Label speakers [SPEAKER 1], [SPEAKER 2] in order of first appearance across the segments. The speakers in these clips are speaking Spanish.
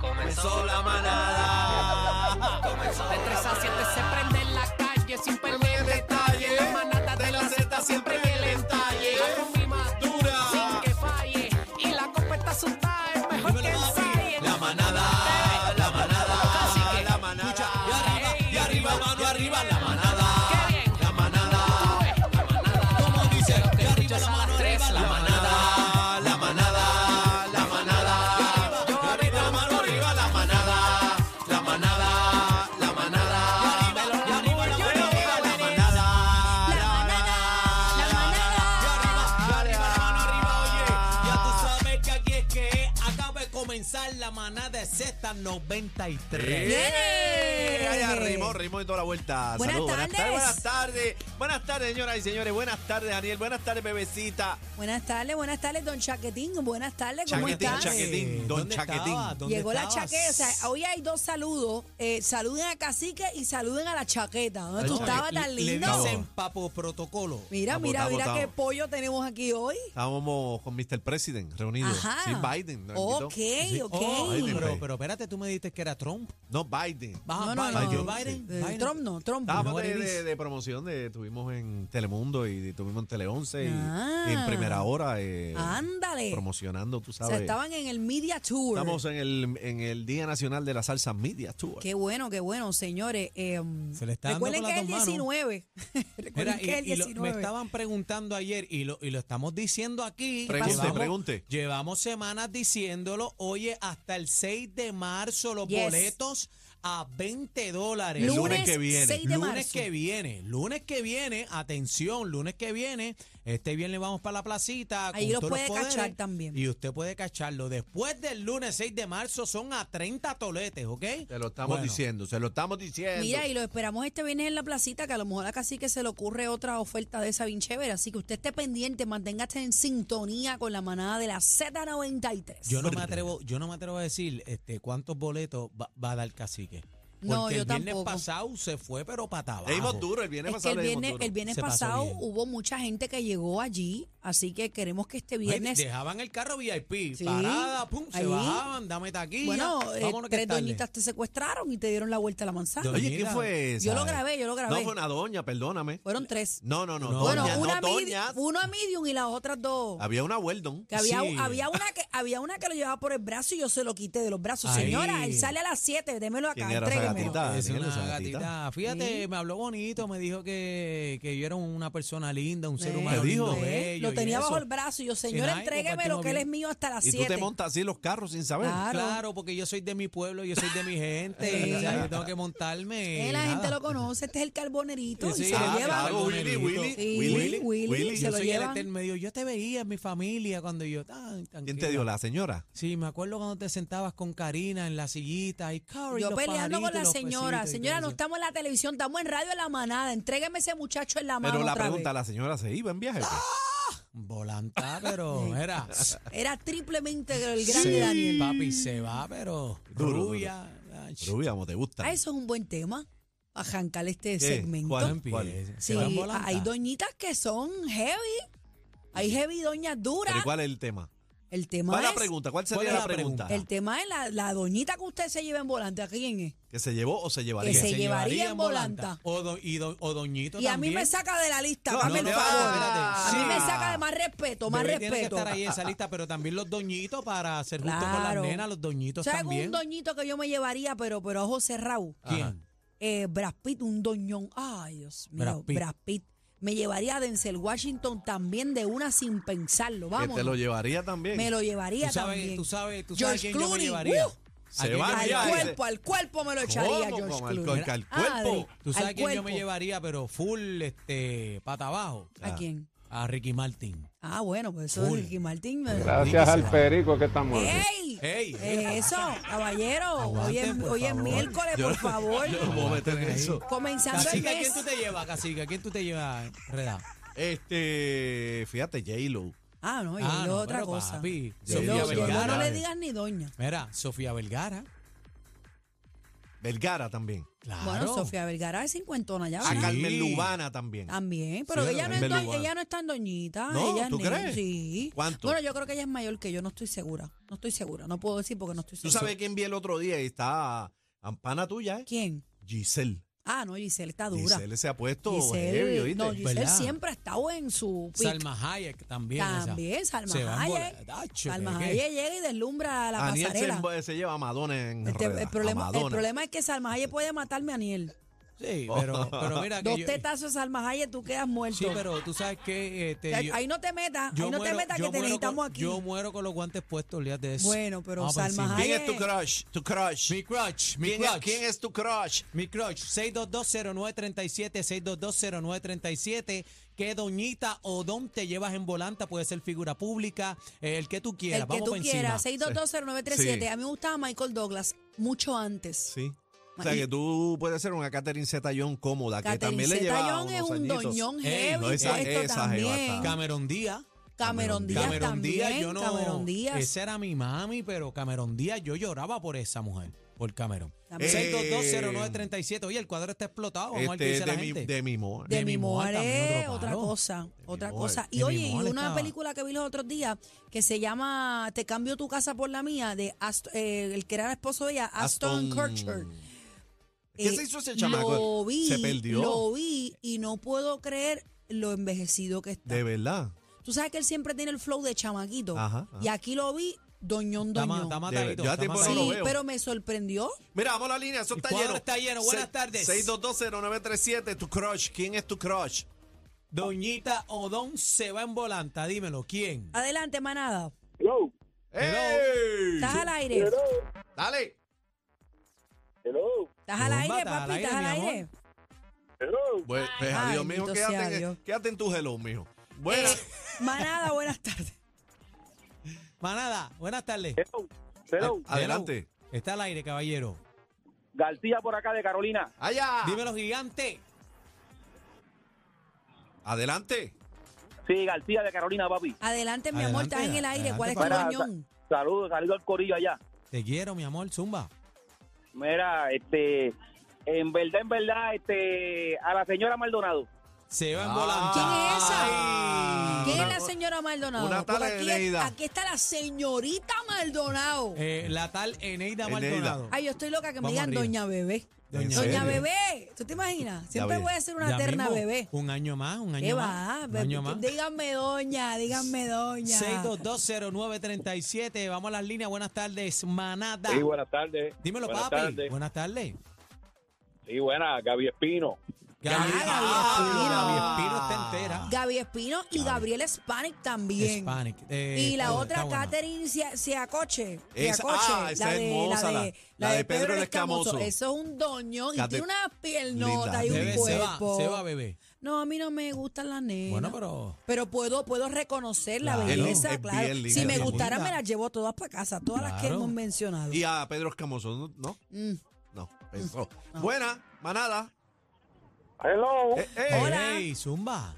[SPEAKER 1] Comenzó la manada. Comenzó
[SPEAKER 2] De 3 a 7 se prende en la calle sin perder detalle. La manada de la Z siempre en el entalle. La combi más dura sin que falle. Y la copa está asustada, es mejor que ensaye.
[SPEAKER 1] la manada. La manada. La manada. Y arriba, y arriba, mano arriba. La manada.
[SPEAKER 2] Qué bien.
[SPEAKER 1] La manada. La manada. Como dice, de arriba, la mano arriba. La manada. La manada. La manada. Y arriba, la mano arriba. La manada. La manada. La manada. Y arriba, la mano arriba. La manada. La manada. La manada. Y arriba, la mano arriba. Oye.
[SPEAKER 3] Ya tú sabes que aquí es que es. acaba de comenzar la manada de Z93.
[SPEAKER 1] ¡Eh! Ay, ay, rimó, rimó y toda la vuelta.
[SPEAKER 4] Buenas
[SPEAKER 1] Saludos,
[SPEAKER 4] tardes.
[SPEAKER 1] Buenas tardes. Buenas tardes, señoras y señores. Buenas tardes, Daniel. Buenas tardes, bebecita.
[SPEAKER 4] Buenas tardes, buenas tardes, don Chaquetín. Buenas tardes, ¿cómo
[SPEAKER 1] Chaquetín,
[SPEAKER 4] estás?
[SPEAKER 1] Chaquetín, don
[SPEAKER 3] ¿Dónde
[SPEAKER 1] Chaquetín.
[SPEAKER 3] estabas? ¿Dónde
[SPEAKER 4] Llegó la
[SPEAKER 3] estabas?
[SPEAKER 4] chaqueta. O sea, Hoy hay dos saludos. Eh, saluden a Cacique y saluden a la chaqueta. ¿Dónde tú
[SPEAKER 1] Oye,
[SPEAKER 4] estabas
[SPEAKER 3] Le-
[SPEAKER 4] tan
[SPEAKER 3] Le
[SPEAKER 4] lindo?
[SPEAKER 3] dicen papo protocolo.
[SPEAKER 4] Mira,
[SPEAKER 1] Está
[SPEAKER 4] mira,
[SPEAKER 1] botado,
[SPEAKER 4] mira
[SPEAKER 1] botado.
[SPEAKER 4] qué pollo tenemos aquí hoy.
[SPEAKER 1] Estábamos con Mr. President reunidos. Sí, Biden. nos invitó.
[SPEAKER 4] Ok,
[SPEAKER 3] Sí.
[SPEAKER 4] ok.
[SPEAKER 3] Oh,
[SPEAKER 1] Biden,
[SPEAKER 3] pero,
[SPEAKER 1] Biden.
[SPEAKER 3] pero espérate, tú me dijiste que era Trump.
[SPEAKER 1] No, Biden.
[SPEAKER 3] Ah,
[SPEAKER 4] No, no,
[SPEAKER 3] Biden,
[SPEAKER 4] no.
[SPEAKER 3] Biden,
[SPEAKER 4] Eh,
[SPEAKER 3] Biden.
[SPEAKER 4] Trump no, Trump. no.
[SPEAKER 1] Estábamos
[SPEAKER 3] What
[SPEAKER 1] de,
[SPEAKER 3] it is.
[SPEAKER 1] de- de promoción, de, estuvimos en Telemundo y estuvimos en Tele 11 y,
[SPEAKER 4] Ah.
[SPEAKER 1] y en primera hora. eh,
[SPEAKER 4] Ándale.
[SPEAKER 1] Promocionando, tú
[SPEAKER 4] O
[SPEAKER 1] sabes.
[SPEAKER 4] sea, estaban en el Media Tour.
[SPEAKER 1] Estamos en el, en el Día Nacional de la Salsa Media Tour.
[SPEAKER 4] Qué bueno, qué bueno, señores. Eh,
[SPEAKER 3] Se le está dando
[SPEAKER 4] recuerden
[SPEAKER 3] con
[SPEAKER 4] que es
[SPEAKER 3] las
[SPEAKER 4] el
[SPEAKER 3] dos manos.
[SPEAKER 4] 19.
[SPEAKER 3] Mira,
[SPEAKER 4] recuerden
[SPEAKER 3] y,
[SPEAKER 4] que es el
[SPEAKER 3] y lo-
[SPEAKER 4] 19.
[SPEAKER 3] me estaban preguntando ayer y lo, y lo estamos diciendo aquí.
[SPEAKER 1] Pregunte,
[SPEAKER 3] Llevamos-
[SPEAKER 1] pregunte.
[SPEAKER 3] Llevamos semanas diciéndolo. Oye, hasta el 6 de marzo los
[SPEAKER 4] Yes.
[SPEAKER 3] boletos a 20 dólares.
[SPEAKER 1] El
[SPEAKER 4] lunes,
[SPEAKER 1] lunes que viene.
[SPEAKER 4] 6 de
[SPEAKER 3] lunes
[SPEAKER 4] marzo.
[SPEAKER 3] que viene, lunes que viene, atención, lunes que viene, este viernes vamos para la placita.
[SPEAKER 4] Ahí
[SPEAKER 3] con
[SPEAKER 4] lo
[SPEAKER 3] todos los
[SPEAKER 4] puede
[SPEAKER 3] poderes,
[SPEAKER 4] cachar también.
[SPEAKER 3] Y usted puede cacharlo. Después del lunes 6 de marzo son a 30 toletes, ¿ok?
[SPEAKER 1] Te lo estamos
[SPEAKER 3] Bueno,
[SPEAKER 1] diciendo, se lo estamos diciendo.
[SPEAKER 4] Mira, y lo esperamos este viernes en la placita, que a lo mejor a Cacique se le ocurre otra oferta de esa bien chévere. Así que usted esté pendiente, manténgase en sintonía con la manada de la Z93.
[SPEAKER 3] Yo no me atrevo, yo no me atrevo a decir este cuántos boletos va, va a dar cacique. Porque
[SPEAKER 4] No, yo
[SPEAKER 3] el viernes
[SPEAKER 4] tampoco.
[SPEAKER 3] pasado se fue, pero para abajo.
[SPEAKER 1] Le dimos duro, el viernes
[SPEAKER 4] es que
[SPEAKER 1] pasado
[SPEAKER 4] el
[SPEAKER 1] le dimos
[SPEAKER 4] viernes,
[SPEAKER 1] duro.
[SPEAKER 4] el viernes
[SPEAKER 3] Se pasó
[SPEAKER 4] pasado
[SPEAKER 3] bien.
[SPEAKER 4] hubo mucha gente que llegó allí, así que queremos que este
[SPEAKER 3] Ay,
[SPEAKER 4] viernes...
[SPEAKER 3] Dejaban el carro VIP,
[SPEAKER 4] Sí,
[SPEAKER 3] parada, pum, se
[SPEAKER 4] ahí.
[SPEAKER 3] bajaban, dame taquilla.
[SPEAKER 4] bueno, eh,
[SPEAKER 3] vámonos que
[SPEAKER 4] tres
[SPEAKER 3] es tarde.
[SPEAKER 4] doñitas te secuestraron y te dieron la vuelta a la manzana.
[SPEAKER 3] Doña-
[SPEAKER 1] Oye, ¿qué
[SPEAKER 3] Mira,
[SPEAKER 1] fue esa?
[SPEAKER 4] yo lo grabé, yo lo grabé.
[SPEAKER 1] No fue una doña, perdóname.
[SPEAKER 4] Fueron tres.
[SPEAKER 1] No, no, no,
[SPEAKER 3] No.
[SPEAKER 1] doña,
[SPEAKER 4] bueno, una,
[SPEAKER 1] no
[SPEAKER 4] medi-
[SPEAKER 1] doña. Ah,
[SPEAKER 4] uno a medium y las otras dos.
[SPEAKER 1] Había una Weldon.
[SPEAKER 4] Que había,
[SPEAKER 3] Sí.
[SPEAKER 4] había, una que, había una que lo llevaba por el brazo y yo se lo quité de los brazos.
[SPEAKER 3] Ahí.
[SPEAKER 4] Señora, él sale a las 7, démelo acá,
[SPEAKER 1] ¿Quién era esa
[SPEAKER 4] entréguemelo.
[SPEAKER 1] gatita?
[SPEAKER 3] Es
[SPEAKER 1] Daniel,
[SPEAKER 3] una
[SPEAKER 1] esa gatita.
[SPEAKER 3] gatita. Fíjate, me habló bonito, me dijo que, que yo era una persona linda, un ser humano
[SPEAKER 1] ¿Te dijo?
[SPEAKER 3] lindo,
[SPEAKER 4] Ve,
[SPEAKER 3] bello.
[SPEAKER 4] lo
[SPEAKER 3] y
[SPEAKER 4] tenía bajo
[SPEAKER 3] eso.
[SPEAKER 4] el brazo y yo,
[SPEAKER 3] Y
[SPEAKER 4] señora,
[SPEAKER 3] nada, y
[SPEAKER 4] entréguemelo
[SPEAKER 3] compartimos
[SPEAKER 4] que él es
[SPEAKER 3] bien.
[SPEAKER 4] mío hasta las
[SPEAKER 1] Y tú
[SPEAKER 4] 7.
[SPEAKER 1] te montas así los carros sin saber.
[SPEAKER 4] Claro.
[SPEAKER 3] Claro. porque yo soy de mi pueblo, yo soy de mi gente. o sea, yo tengo que montarme.
[SPEAKER 4] Eh, la
[SPEAKER 3] nada.
[SPEAKER 4] gente lo conoce, este es el carbonerito
[SPEAKER 3] Sí,
[SPEAKER 4] y
[SPEAKER 3] sí,
[SPEAKER 4] se
[SPEAKER 3] ah,
[SPEAKER 4] lo lleva.
[SPEAKER 3] claro.
[SPEAKER 1] Willy, Willy,
[SPEAKER 4] Sí,
[SPEAKER 1] Willy,
[SPEAKER 4] Willy,
[SPEAKER 1] Willy.
[SPEAKER 4] se
[SPEAKER 3] Yo
[SPEAKER 4] lo
[SPEAKER 3] soy el
[SPEAKER 4] llevan.
[SPEAKER 3] eterno, me dijo, yo te veía en mi familia cuando yo. Tan, tan
[SPEAKER 1] ¿Quién te dio la señora?
[SPEAKER 3] Sí, me acuerdo cuando te sentabas con Karina en la sillita y Cari,
[SPEAKER 4] Yo
[SPEAKER 3] los
[SPEAKER 4] peleando
[SPEAKER 3] pajaritos,
[SPEAKER 4] con
[SPEAKER 3] pues,
[SPEAKER 4] la
[SPEAKER 3] los
[SPEAKER 4] señora.
[SPEAKER 3] pesitos y
[SPEAKER 4] Señora, no
[SPEAKER 3] todo eso.
[SPEAKER 4] estamos en la televisión, estamos en radio en la manada. Entrégueme ese muchacho en la mano.
[SPEAKER 1] Pero la
[SPEAKER 4] otra
[SPEAKER 1] pregunta,
[SPEAKER 4] vez. ¡Ah!
[SPEAKER 1] ¿la señora se iba en viaje? pues?
[SPEAKER 3] Volanta, pero era.
[SPEAKER 4] Era triplemente el grande
[SPEAKER 3] se-
[SPEAKER 4] Daniel.
[SPEAKER 3] Papi se va, pero
[SPEAKER 1] Duro, duro.
[SPEAKER 3] rubia. ay,
[SPEAKER 1] Pero digamos, te gusta.
[SPEAKER 4] Ah, eso es un buen tema. Arrancar este
[SPEAKER 1] ¿Qué?
[SPEAKER 4] segmento.
[SPEAKER 1] ¿Cuál?
[SPEAKER 3] no empiece,
[SPEAKER 4] Sí,
[SPEAKER 3] se va en volanta.
[SPEAKER 4] hay doñitas que son heavy. Hay heavy doñas duras.
[SPEAKER 1] ¿Pero cuál es el tema?
[SPEAKER 4] El tema
[SPEAKER 1] ¿Cuál es
[SPEAKER 4] es.
[SPEAKER 1] la pregunta? ¿Cuál sería
[SPEAKER 3] ¿Cuál es
[SPEAKER 1] la,
[SPEAKER 3] la
[SPEAKER 1] pregunta?
[SPEAKER 3] pregunta?
[SPEAKER 4] El tema es la, la doñita que usted se lleva en volante. ¿A quién es?
[SPEAKER 1] ¿Que se llevó o se llevaría?
[SPEAKER 4] Que se llevaría en volanta.
[SPEAKER 3] O, do- y do- o doñito
[SPEAKER 4] Y a mí
[SPEAKER 3] también.
[SPEAKER 4] me saca de la lista,
[SPEAKER 1] No,
[SPEAKER 4] dame
[SPEAKER 1] no,
[SPEAKER 4] el
[SPEAKER 1] no,
[SPEAKER 4] favor.
[SPEAKER 3] espérate.
[SPEAKER 4] A mí
[SPEAKER 3] Sí.
[SPEAKER 4] me saca de más respeto, más
[SPEAKER 3] Bebé Tiene que
[SPEAKER 4] respeto.
[SPEAKER 3] estar ahí en esa lista, pero también los doñitos para ser justo con las
[SPEAKER 4] Claro.
[SPEAKER 3] nenas, los doñitos
[SPEAKER 4] ¿Sabes
[SPEAKER 3] también.
[SPEAKER 4] un doñito que yo me llevaría, pero, pero a ojo cerrado?
[SPEAKER 3] ¿Quién?
[SPEAKER 4] Eh, Brad Pitt, un doñón. Ay, Dios mío,
[SPEAKER 3] Brad
[SPEAKER 4] Brad
[SPEAKER 3] Pitt.
[SPEAKER 4] Pitt. Me llevaría a Denzel Washington también de una sin pensarlo.
[SPEAKER 1] Que
[SPEAKER 4] Vamos.
[SPEAKER 1] te lo llevaría también.
[SPEAKER 4] me lo
[SPEAKER 3] Este Tú
[SPEAKER 4] llevaría
[SPEAKER 3] sabes,
[SPEAKER 4] también.
[SPEAKER 3] tú sabes, tú sabes
[SPEAKER 4] George
[SPEAKER 3] quién yo me
[SPEAKER 4] Clooney,
[SPEAKER 3] llevaría.
[SPEAKER 4] ¡uh!
[SPEAKER 1] Se
[SPEAKER 3] ¿A quién
[SPEAKER 1] va
[SPEAKER 3] yo
[SPEAKER 1] al
[SPEAKER 3] me
[SPEAKER 4] al
[SPEAKER 1] viaje.
[SPEAKER 3] llevaría?
[SPEAKER 4] cuerpo, al cuerpo me lo echaría
[SPEAKER 1] ¿Cómo,
[SPEAKER 4] George
[SPEAKER 1] cómo? Al
[SPEAKER 4] Clooney.
[SPEAKER 1] cor- al
[SPEAKER 4] Ah,
[SPEAKER 1] cuerpo.
[SPEAKER 4] Adri,
[SPEAKER 3] Tú sabes
[SPEAKER 4] al
[SPEAKER 3] quién yo me
[SPEAKER 4] cuerpo.
[SPEAKER 3] llevaría, pero full este pata abajo.
[SPEAKER 4] ¿A quién?
[SPEAKER 3] A Ricky Martin.
[SPEAKER 4] Ah, bueno, pues eso es
[SPEAKER 3] Full.
[SPEAKER 4] Ricky Martín.
[SPEAKER 5] Gracias al perico que estamos aquí.
[SPEAKER 4] ¡Ey! Eh,
[SPEAKER 3] Ey.
[SPEAKER 4] Eso, caballero. Hoy
[SPEAKER 3] Aguanten,
[SPEAKER 4] es,
[SPEAKER 3] por
[SPEAKER 4] hoy es
[SPEAKER 3] favor.
[SPEAKER 4] miércoles,
[SPEAKER 1] Yo-
[SPEAKER 4] por favor.
[SPEAKER 1] Yo no me voy a meter en eso.
[SPEAKER 4] Comenzando el
[SPEAKER 3] Cacique, ¿a
[SPEAKER 4] mes.
[SPEAKER 3] quién tú te llevas, Cacique? ¿A quién tú te llevas, Reda?
[SPEAKER 1] Este, fíjate, J-Lo.
[SPEAKER 4] Ah, no, yo
[SPEAKER 3] Ah, no,
[SPEAKER 4] otra
[SPEAKER 3] pero
[SPEAKER 4] cosa.
[SPEAKER 3] papi,
[SPEAKER 4] Yo-
[SPEAKER 1] Sofía
[SPEAKER 4] yo- yo
[SPEAKER 1] Vergara.
[SPEAKER 4] no le digas ni doña.
[SPEAKER 3] Mira, Sofía Vergara.
[SPEAKER 1] Vergara también.
[SPEAKER 3] Claro.
[SPEAKER 4] Bueno, Sofía Vergara es cincuentona ya,
[SPEAKER 1] A
[SPEAKER 3] Sí.
[SPEAKER 4] ¿verdad?
[SPEAKER 1] Carmen Lubana también.
[SPEAKER 4] También, pero
[SPEAKER 1] Sí,
[SPEAKER 4] ella, no es
[SPEAKER 1] Carmen
[SPEAKER 4] doña-
[SPEAKER 1] Lubana.
[SPEAKER 4] ella no es tan doñita.
[SPEAKER 1] No,
[SPEAKER 4] ella es
[SPEAKER 1] ¿tú
[SPEAKER 4] nena,
[SPEAKER 1] crees?
[SPEAKER 4] Sí.
[SPEAKER 1] ¿Cuánto?
[SPEAKER 4] Bueno, yo creo que ella es mayor que yo, no estoy segura. No estoy segura, no puedo decir porque no estoy
[SPEAKER 1] Tú
[SPEAKER 4] segura.
[SPEAKER 1] sabes quién vi el otro día y está ampana tuya, ¿eh?
[SPEAKER 4] quién?
[SPEAKER 1] Giselle.
[SPEAKER 4] Ah, no, Giselle está dura.
[SPEAKER 1] Giselle se ha puesto
[SPEAKER 4] Giselle-
[SPEAKER 1] heavy, ¿oíste?
[SPEAKER 4] no, Giselle
[SPEAKER 3] ¿Verdad?
[SPEAKER 4] siempre ha estado en su pick.
[SPEAKER 3] Salma Hayek también. esa.
[SPEAKER 4] También, Salma
[SPEAKER 3] Se va en
[SPEAKER 4] Hayek.
[SPEAKER 3] bola- Dacho,
[SPEAKER 4] Salma
[SPEAKER 3] ¿qué?
[SPEAKER 4] Hayek llega y deslumbra a la
[SPEAKER 1] Aniel se,
[SPEAKER 4] pasarela.
[SPEAKER 1] embo- se lleva a Madonna en
[SPEAKER 4] Este,
[SPEAKER 1] rueda,
[SPEAKER 4] el,
[SPEAKER 1] a
[SPEAKER 4] problema, el
[SPEAKER 1] Madonna.
[SPEAKER 4] problema es que Salma Hayek puede matarme a Aniel.
[SPEAKER 3] Sí, pero, pero mira que
[SPEAKER 4] Dos
[SPEAKER 3] yo- eh,
[SPEAKER 4] tetazos de Salma Hayek, tú quedas muerto.
[SPEAKER 3] Sí, pero tú sabes que este,
[SPEAKER 4] ahí,
[SPEAKER 3] yo-
[SPEAKER 4] ahí no te metas, ahí
[SPEAKER 3] yo
[SPEAKER 4] no te
[SPEAKER 3] muero-
[SPEAKER 4] metas
[SPEAKER 3] yo
[SPEAKER 4] que te
[SPEAKER 3] muero
[SPEAKER 4] necesitamos
[SPEAKER 3] con-
[SPEAKER 4] aquí.
[SPEAKER 3] Yo muero con los guantes puestos, olvídate de eso. Ah, pues
[SPEAKER 4] Bueno, pero
[SPEAKER 3] Vamos por
[SPEAKER 4] Salma
[SPEAKER 3] encima.
[SPEAKER 1] ¿Quién es
[SPEAKER 4] Hayek.
[SPEAKER 1] tu crush? Tu crush.
[SPEAKER 3] Mi crush, mi
[SPEAKER 1] ¿Quién,
[SPEAKER 3] crush.
[SPEAKER 1] Es, ¿Quién es tu crush?
[SPEAKER 3] Mi crush, 6220937, 6220937. ¿Qué doñita o don te llevas en volanta? Puede ser figura pública, eh, el que tú quieras.
[SPEAKER 4] el que
[SPEAKER 3] Vamos
[SPEAKER 4] tú
[SPEAKER 3] por
[SPEAKER 4] quieras,
[SPEAKER 3] encima.
[SPEAKER 4] 6220937.
[SPEAKER 1] Sí.
[SPEAKER 4] A mí me gustaba Michael Douglas mucho antes.
[SPEAKER 1] Sí. O sea,
[SPEAKER 4] Y-
[SPEAKER 1] que tú puedes ser una Catherine Zeta-Jones cómoda, que
[SPEAKER 4] Catherine
[SPEAKER 1] también le lleva
[SPEAKER 4] Zeta-Jones es
[SPEAKER 1] unos
[SPEAKER 4] un
[SPEAKER 1] añitos.
[SPEAKER 4] doñón
[SPEAKER 3] Ey,
[SPEAKER 4] heavy
[SPEAKER 3] no, esa-
[SPEAKER 4] puesto
[SPEAKER 1] esa jeva
[SPEAKER 4] también.
[SPEAKER 1] está-
[SPEAKER 3] Cameron Díaz.
[SPEAKER 4] Cameron Díaz
[SPEAKER 3] Cameron
[SPEAKER 4] también.
[SPEAKER 3] Díaz, yo no.
[SPEAKER 4] Cameron Díaz.
[SPEAKER 3] Esa era mi mami, pero Cameron Díaz, yo lloraba por esa mujer, por Cameron.
[SPEAKER 4] También.
[SPEAKER 3] 6220937. Oye, el cuadro está explotado. Vamos a ver qué
[SPEAKER 1] Este,
[SPEAKER 3] dice la
[SPEAKER 1] de, mi,
[SPEAKER 3] gente.
[SPEAKER 1] de mi amor.
[SPEAKER 4] De
[SPEAKER 3] Demi
[SPEAKER 4] mi
[SPEAKER 3] Moore también,
[SPEAKER 4] more,
[SPEAKER 3] otro
[SPEAKER 4] otra
[SPEAKER 3] palo.
[SPEAKER 4] cosa, otra
[SPEAKER 1] Moore.
[SPEAKER 4] cosa. Y
[SPEAKER 3] Demi
[SPEAKER 4] oye, y
[SPEAKER 3] Moore
[SPEAKER 4] una
[SPEAKER 3] estaba-
[SPEAKER 4] película que vi los otros días que se llama Te cambio tu casa por la mía, de Ast- eh, el que era el esposo de ella, Aston, Kutcher.
[SPEAKER 1] ¿Qué
[SPEAKER 4] Eh,
[SPEAKER 1] se hizo ese chamaco?
[SPEAKER 4] Lo vi,
[SPEAKER 1] se perdió.
[SPEAKER 4] lo vi y no puedo creer lo envejecido que está.
[SPEAKER 1] De verdad.
[SPEAKER 4] Tú sabes que él siempre tiene el flow de chamaquito.
[SPEAKER 1] Ajá, ajá.
[SPEAKER 4] Y aquí lo vi doñón
[SPEAKER 3] Está, ma-
[SPEAKER 4] doñón.
[SPEAKER 3] está matadito.
[SPEAKER 1] Ya
[SPEAKER 3] está
[SPEAKER 1] tiempo no
[SPEAKER 3] matadito.
[SPEAKER 1] lo
[SPEAKER 4] sí,
[SPEAKER 1] veo.
[SPEAKER 4] pero me sorprendió.
[SPEAKER 1] Mira, vamos a la línea, eso
[SPEAKER 3] El
[SPEAKER 1] está
[SPEAKER 3] cuadro
[SPEAKER 1] lleno.
[SPEAKER 3] está lleno. Buenas tardes.
[SPEAKER 1] 6220937, tu crush. ¿Quién es tu crush?
[SPEAKER 3] Doñita Odón se va en volanta. Dímelo, ¿quién?
[SPEAKER 4] Adelante, manada.
[SPEAKER 6] Hello,
[SPEAKER 1] ¡Ey!
[SPEAKER 4] Estás al aire.
[SPEAKER 1] Dale.
[SPEAKER 6] hello,
[SPEAKER 4] Estás al aire,
[SPEAKER 3] Zúmbate, al
[SPEAKER 4] papi.
[SPEAKER 3] aire,
[SPEAKER 4] Estás al
[SPEAKER 3] mi amor.
[SPEAKER 4] aire.
[SPEAKER 6] hello.
[SPEAKER 1] Pues, pues,
[SPEAKER 4] Ay,
[SPEAKER 1] adiós, mijo.
[SPEAKER 4] bendito sea
[SPEAKER 1] Quédate,
[SPEAKER 4] Dios.
[SPEAKER 1] en- quédate en tu hello, mijo. Buenas.
[SPEAKER 4] Eh, manada, buenas tardes.
[SPEAKER 3] Manada, buenas tardes.
[SPEAKER 6] Hello, hello.
[SPEAKER 1] A- adelante.
[SPEAKER 3] Hello. Está al aire, caballero.
[SPEAKER 6] García por acá de Carolina.
[SPEAKER 1] Allá.
[SPEAKER 3] Dímelo, gigante.
[SPEAKER 1] Adelante.
[SPEAKER 6] Sí, García de Carolina, papi.
[SPEAKER 4] Adelante, mi amor,
[SPEAKER 3] Adelante,
[SPEAKER 4] estás en el aire.
[SPEAKER 3] adelante,
[SPEAKER 4] ¿Cuál es tu
[SPEAKER 6] Mira,
[SPEAKER 4] doñón?
[SPEAKER 6] sa- saludos, saludos al corillo allá.
[SPEAKER 3] Te quiero, mi amor. Zumba.
[SPEAKER 6] Mira, este, en verdad, en verdad, este, a la señora Maldonado.
[SPEAKER 3] Se va en
[SPEAKER 1] Ah.
[SPEAKER 3] volanta.
[SPEAKER 4] ¿Quién es
[SPEAKER 1] Ah,
[SPEAKER 4] esa? ¿Quién es
[SPEAKER 1] una-
[SPEAKER 4] la señora Maldonado?
[SPEAKER 1] una tal
[SPEAKER 4] Porque aquí,
[SPEAKER 1] Eneida.
[SPEAKER 4] aquí está la señorita Maldonado.
[SPEAKER 3] Eh, la tal Eneida
[SPEAKER 1] Eneida.
[SPEAKER 3] Maldonado.
[SPEAKER 4] Ay, yo estoy loca que me
[SPEAKER 3] Vamos
[SPEAKER 4] digan
[SPEAKER 3] arriba.
[SPEAKER 4] Doña Bebé.
[SPEAKER 1] ¿En
[SPEAKER 3] Doña
[SPEAKER 4] Doña
[SPEAKER 1] serio?
[SPEAKER 4] Bebé, ¿tú te imaginas? Siempre
[SPEAKER 1] ves.
[SPEAKER 4] voy a ser una
[SPEAKER 3] Ya
[SPEAKER 4] eterna
[SPEAKER 3] mismo,
[SPEAKER 4] bebé.
[SPEAKER 3] Un año más, un año
[SPEAKER 4] ¿Qué
[SPEAKER 3] más.
[SPEAKER 4] va?
[SPEAKER 3] Un año más.
[SPEAKER 4] Díganme Doña, díganme Doña.
[SPEAKER 3] 6220937. Vamos a las líneas. Buenas tardes, manada.
[SPEAKER 7] Sí, buenas tardes.
[SPEAKER 3] Dímelo,
[SPEAKER 7] buenas
[SPEAKER 3] papi.
[SPEAKER 7] Tardes.
[SPEAKER 3] Buenas tardes.
[SPEAKER 7] Sí, buenas, Gaby Espino.
[SPEAKER 3] Gaby
[SPEAKER 4] Gaby
[SPEAKER 3] Espino está entera.
[SPEAKER 4] Gaby Espino y Gabriel Spanik también.
[SPEAKER 3] Hispanic. Eh,
[SPEAKER 4] Y la
[SPEAKER 3] está
[SPEAKER 4] otra,
[SPEAKER 3] buena.
[SPEAKER 4] Catherine Sia- Siacoche.
[SPEAKER 1] Esa-
[SPEAKER 4] Siacoche,
[SPEAKER 1] ah, esa es hermosa, la- la de Pedro el Escamoso.
[SPEAKER 4] Eso es un doñón.
[SPEAKER 1] Cate-
[SPEAKER 4] y tiene una
[SPEAKER 1] Linda.
[SPEAKER 4] piernota y un
[SPEAKER 3] Bebé, se va,
[SPEAKER 4] cuerpo.
[SPEAKER 3] se va, bebé.
[SPEAKER 4] No, a mí no me gustan las nenas.
[SPEAKER 3] Bueno, pero.
[SPEAKER 4] Pero puedo, puedo reconocer la
[SPEAKER 3] Claro.
[SPEAKER 4] belleza,
[SPEAKER 1] Es bien
[SPEAKER 4] claro.
[SPEAKER 1] linda,
[SPEAKER 4] si me
[SPEAKER 1] bien
[SPEAKER 4] gustara,
[SPEAKER 3] linda.
[SPEAKER 4] me las llevo todas para casa, todas las que
[SPEAKER 3] Claro.
[SPEAKER 4] hemos mencionado.
[SPEAKER 1] Y a Pedro Escamoso, ¿no?
[SPEAKER 4] Mm.
[SPEAKER 1] No, pensó. Buena, manada.
[SPEAKER 7] Hello.
[SPEAKER 1] Eh, eh.
[SPEAKER 4] Oh. Hola.
[SPEAKER 3] Ey, Zumba.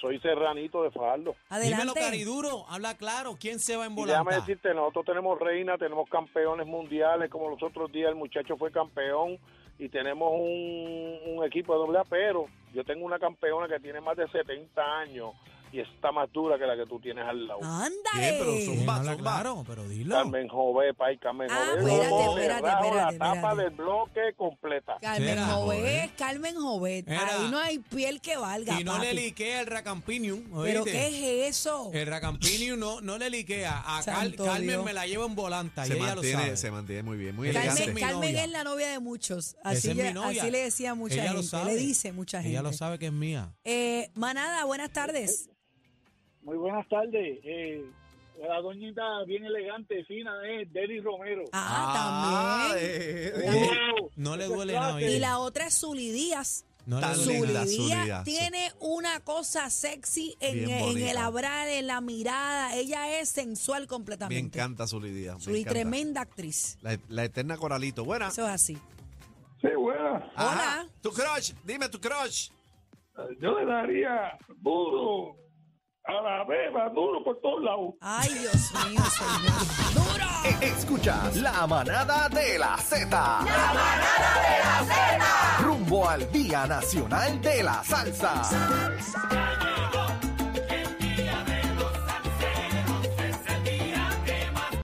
[SPEAKER 7] Soy Serranito de Faldo.
[SPEAKER 3] Dímelo,
[SPEAKER 4] Adelante.
[SPEAKER 3] Cariduro. Habla claro. ¿Quién se va en
[SPEAKER 7] Y déjame
[SPEAKER 3] volanta?
[SPEAKER 7] decirte, nosotros tenemos reina, tenemos campeones mundiales, como los otros días el muchacho fue campeón y tenemos un, un equipo de doble A, pero yo tengo una campeona que tiene más de 70 años y está más dura que la que tú tienes al lado.
[SPEAKER 4] Ah. Ándale.
[SPEAKER 1] zumba,
[SPEAKER 3] Habla
[SPEAKER 1] zumba.
[SPEAKER 3] claro, pero dilo.
[SPEAKER 7] Carmen Jové, pay, Carmen
[SPEAKER 4] Ah,
[SPEAKER 7] Jové.
[SPEAKER 4] espérate,
[SPEAKER 7] Como
[SPEAKER 4] espérate,
[SPEAKER 7] cerrado,
[SPEAKER 4] espérate,
[SPEAKER 7] La tapa
[SPEAKER 4] espérate.
[SPEAKER 7] del bloque completa.
[SPEAKER 4] Carmen
[SPEAKER 3] Era,
[SPEAKER 4] Jovet, Carmen Jovet.
[SPEAKER 3] Era.
[SPEAKER 4] Ahí no hay piel que valga.
[SPEAKER 3] Y no le
[SPEAKER 4] papi.
[SPEAKER 3] liquea el Racampinium.
[SPEAKER 4] ¿Pero
[SPEAKER 3] ¿oíste?
[SPEAKER 4] qué es eso?
[SPEAKER 3] El Racampinium no, no le liquea. A Cal-
[SPEAKER 4] Santo
[SPEAKER 3] Carmen
[SPEAKER 4] Dios.
[SPEAKER 3] me la lleva en volanta y
[SPEAKER 1] Se
[SPEAKER 3] ella lo
[SPEAKER 1] mantiene,
[SPEAKER 3] sabe.
[SPEAKER 1] se mantiene muy bien, muy
[SPEAKER 3] Ella
[SPEAKER 1] elegante.
[SPEAKER 3] esa
[SPEAKER 4] Carmen,
[SPEAKER 3] es mi
[SPEAKER 4] Carmen
[SPEAKER 3] novia.
[SPEAKER 4] es la novia de muchos.
[SPEAKER 3] Esa
[SPEAKER 4] Así,
[SPEAKER 3] es mi
[SPEAKER 4] ya-
[SPEAKER 3] novia.
[SPEAKER 4] así le decía a mucha
[SPEAKER 3] Ella lo
[SPEAKER 4] gente.
[SPEAKER 3] sabe.
[SPEAKER 4] Le dice mucha gente.
[SPEAKER 3] Ella lo sabe que es mía.
[SPEAKER 4] Eh, Manada, buenas tardes.
[SPEAKER 6] Muy buenas tardes. Eh, la doñita bien elegante, fina, es Denis Romero.
[SPEAKER 4] Ah, también.
[SPEAKER 1] eh,
[SPEAKER 3] Eh,
[SPEAKER 1] eh.
[SPEAKER 3] no le
[SPEAKER 6] eso es
[SPEAKER 3] duele nada.
[SPEAKER 6] clase.
[SPEAKER 3] oye.
[SPEAKER 4] Y la otra es Zuli Díaz.
[SPEAKER 3] No le
[SPEAKER 1] Tan
[SPEAKER 3] duele
[SPEAKER 1] linda.
[SPEAKER 3] nada.
[SPEAKER 4] Zuli
[SPEAKER 1] Zuli
[SPEAKER 4] Díaz
[SPEAKER 1] Díaz.
[SPEAKER 4] tiene una cosa sexy en,
[SPEAKER 1] Bien
[SPEAKER 4] en el
[SPEAKER 1] bonita.
[SPEAKER 4] hablar, en la mirada. Ella es sensual
[SPEAKER 1] Me
[SPEAKER 4] completamente.
[SPEAKER 1] encanta Zully Díaz. me
[SPEAKER 4] Zuli,
[SPEAKER 1] encanta.
[SPEAKER 4] tremenda actriz.
[SPEAKER 1] La, la eterna Coralito. Buena.
[SPEAKER 4] Eso es así.
[SPEAKER 7] Sí, buena.
[SPEAKER 1] Ajá.
[SPEAKER 4] Hola.
[SPEAKER 1] Tu crush. Dime tu crush.
[SPEAKER 7] Yo le daría duro a la beba, duro por todos lados.
[SPEAKER 4] Ay, Dios mío, señor. ¡Duro!
[SPEAKER 8] Escuchas la manada de la Z. La manada de la Z. Rumbo al Día Nacional de la Salsa.